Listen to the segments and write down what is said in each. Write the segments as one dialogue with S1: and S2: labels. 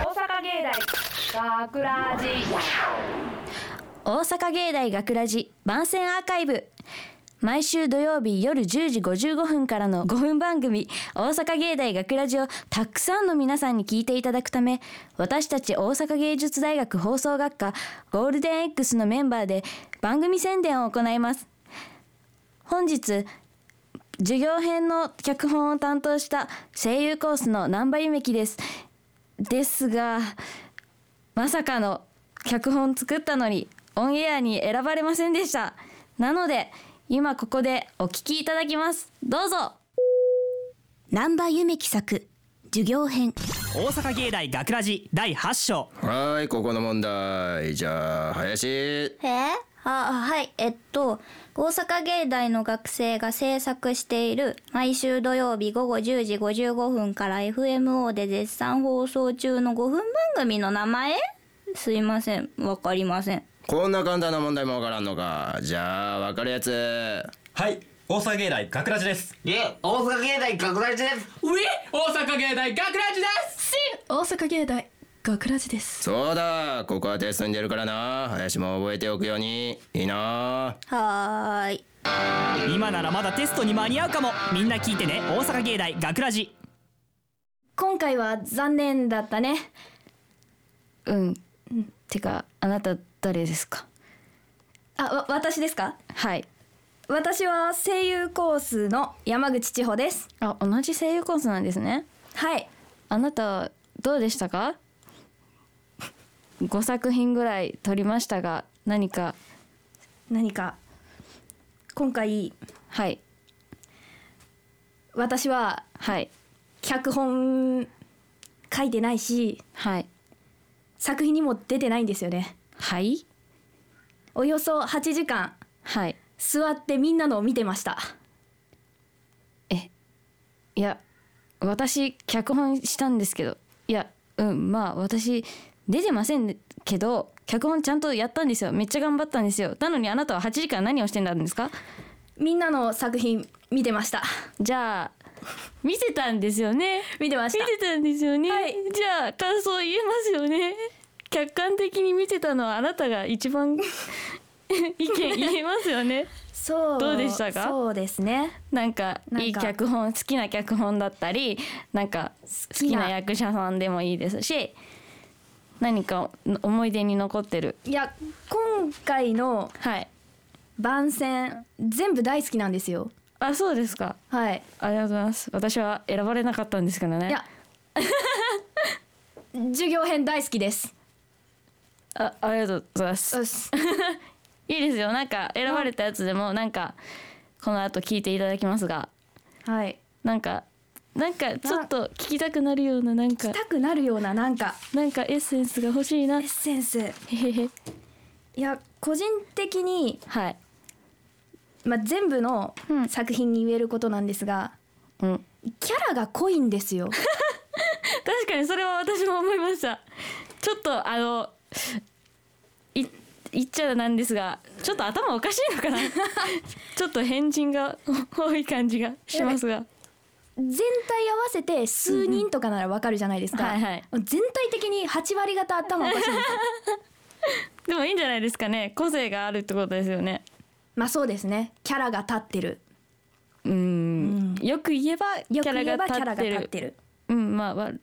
S1: 大学ラジ
S2: 大阪芸大学ラジ番宣アーカイブ毎週土曜日夜10時55分からの5分番組「大阪芸大学ラジをたくさんの皆さんに聞いていただくため私たち大阪芸術大学放送学科ゴールデン X のメンバーで番組宣伝を行います本日授業編の脚本を担当した声優コースの難波ゆめきですですがまさかの脚本作ったのにオンエアに選ばれませんでしたなので今ここでお聞きいただきますどうぞ
S3: 南波夢樹作授業編
S4: 大阪芸大学ラジ第8章
S5: はーいここの問題じゃあ林
S6: えーあはいえっと大阪芸大の学生が制作している毎週土曜日午後10時55分から FMO で絶賛放送中の5分番組の名前すいませんわかりません
S5: こんな簡単な問題もわからんのかじゃあわかるやつ
S7: はい大阪芸大学ラジです
S8: いえ大阪芸大学ラジです
S9: 大阪芸大学ラジです
S5: そうだここは手進んでるからな林も覚えておくようにいいな
S6: はーい
S4: 今ならまだテストに間に合うかもみんな聞いてね大阪芸大学ラジ
S2: 今回は残念だったねうんてかあなた誰ですか
S1: あわ私ですか
S2: はい
S1: 私は声優コースの山口千穂です
S2: あ同じ声優コースなんですね
S1: はい
S2: あなたどうでしたか5作品ぐらい撮りましたが何か
S1: 何か今回
S2: はい
S1: 私は
S2: はい
S1: 脚本書いてないし
S2: はい
S1: 作品にも出てないんですよね
S2: はい
S1: およそ8時間
S2: はい
S1: 座ってみんなのを見てました
S2: いや私脚本したんですけどいやうんまあ私出てませんけど脚本ちゃんとやったんですよめっちゃ頑張ったんですよなのにあなたは8時間何をしてたんですか
S1: みんなの作品見てました
S2: じゃあ見せたんですよね
S1: 見てま
S2: 見
S1: した
S2: てたんですよね、
S1: はい
S2: じゃあ感想言えますよね客観的に見てたのはあなたが一番 意見言えますよね
S1: そう
S2: どうでしたか
S1: そうですね
S2: なんか
S1: なんか
S2: いい脚本好きな脚本だったりなんか好きな役者さんでもいいですし何か思い出に残ってる
S1: いや今回の
S2: はい
S1: 番宣全部大好きなんですよ
S2: あそうですか
S1: はい
S2: ありがとうございます私は選ばれなかったんですけどね
S1: いや 授業編大好きです
S2: あありがとうございます
S1: よし
S2: いいですよなんか選ばれたやつでもなんかこの後聞いていただきますが
S1: はい
S2: なんかなんかちょっと聞きたくなるようななんか
S1: したくなるようななんか
S2: なんかエッセンスが欲しいな
S1: エッセン ス
S2: へへへ
S1: いや個人的に、
S2: はい
S1: まあ、全部の
S2: うん
S1: 作品に言えることなんですが、
S2: うん
S1: キャラが濃いんで すよ
S2: 確かにそれは私も思いましたちょっとあのい言っちゃなんですがちょっと頭おかしいのか なちょっと変人が多い感じがしますが
S1: 全体合わせて数人とかならわかるじゃないですか、
S2: はいはい
S1: 全体的に8割方頭おかしいんです よ
S2: でもいいんじゃないですかね個性があるってことですよね
S1: まあそうですねキャラが立ってる
S2: うんよく言えばキ
S1: よく
S2: ャ
S1: 言え
S2: ラ
S1: ばキャ
S2: が
S1: ラが
S2: 立
S1: 立
S2: っ
S1: って
S2: てる
S1: る
S2: うんまあ悪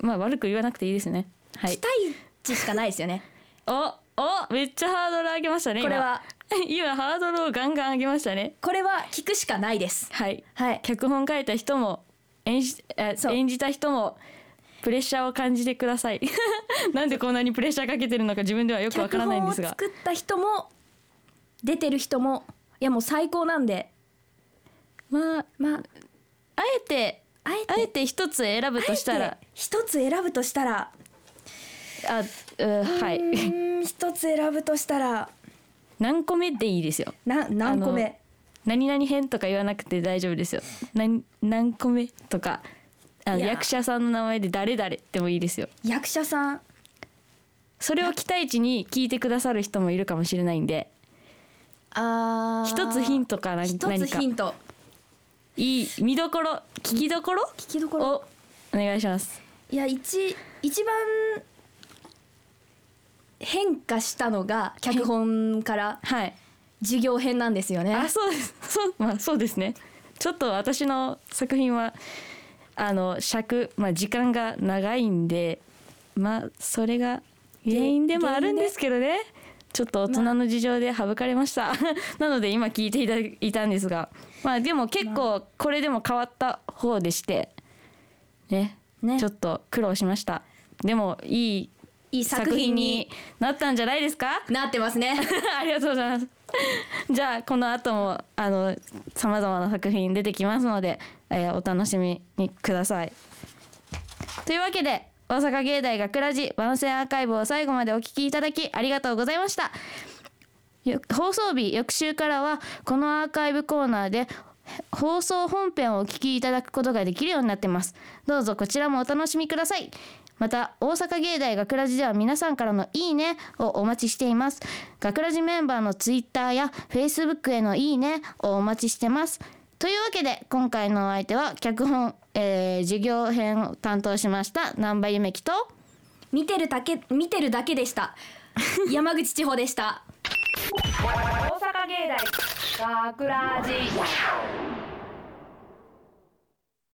S2: まあ悪く言わなくていいですねはい
S1: 期待値しかないですよね
S2: おおめっちゃハードル上げましたね今
S1: これは
S2: 今 ハードルをガンガン上げましたね
S1: これは聞くしかないです
S2: はい
S1: はい
S2: 脚本書いた人も演じあ
S1: そう
S2: 演じた人もプレッシャーを感じてください なんでこんなにプレッシャーかけてるのか自分ではよくわか
S1: 脚
S2: らないん
S1: 本
S2: で
S1: を
S2: すが
S1: 作った人も出てる人もいやもう最高なんで
S2: まあ
S1: まあ
S2: あえて
S1: あえ
S2: あ
S1: て
S2: えて一つ選ぶとした
S1: あえ
S2: ら
S1: て一つ選ぶとしたら
S2: あうんはいう
S1: ーん一つ選ぶとしたら
S2: 何個目でいいですよ
S1: な何個目
S2: 何々編とか言わなくて大丈夫ですよ何何個目とかあの
S1: いや
S2: 役者さんの名前で誰々でもいいですよ
S1: 役者さん
S2: それを期待値に聞いてくださる人もいるかもしれないんで
S1: あ
S2: 一つヒン
S1: ト
S2: トか何
S1: 一
S2: 何
S1: つ
S2: か
S1: ヒント
S2: いい見どころ聞きどころ
S1: 聞きどころ
S2: をお願いします
S1: いや一一番変化したのが脚本から
S2: はい
S1: 授業編なんですよね
S2: あそうですそう まあそうですねちょっと私の作品はあの尺まあ時間が長いんでまあそれが原因でもあるんですけどねちょっと大人の事情で省かれました、 なので今聞いていたいたんですがまあでも結構これでも変わった方でしてね
S1: ね
S2: ちょっと苦労しましたでもい
S1: いい
S2: い作品になったんじゃないですか
S1: なってます ね
S2: ありがとうございます。じゃあこの後もあのさまざまな作品出てきますので、えーお楽しみにください。というわけで大阪芸大学ラジ番宣アーカイブを最後までお聞きいただきありがとうございました。よ放送日翌週からはこのアーカイブコーナーで放送本編をお聞きいただくことができるようになってますどうぞこちらもお楽しみくださいまた大阪芸大学ラジでは皆さんからのいいねをお待ちしています学ラジメンバーのツイッターやフェイスブックへのいいねをお待ちしてますというわけで今回のお相手は脚本、えー授業編を担当しました南波ゆめきと
S1: 見てるだけ見てるだけでした 山口千穂でした
S10: 大阪芸大学ラジ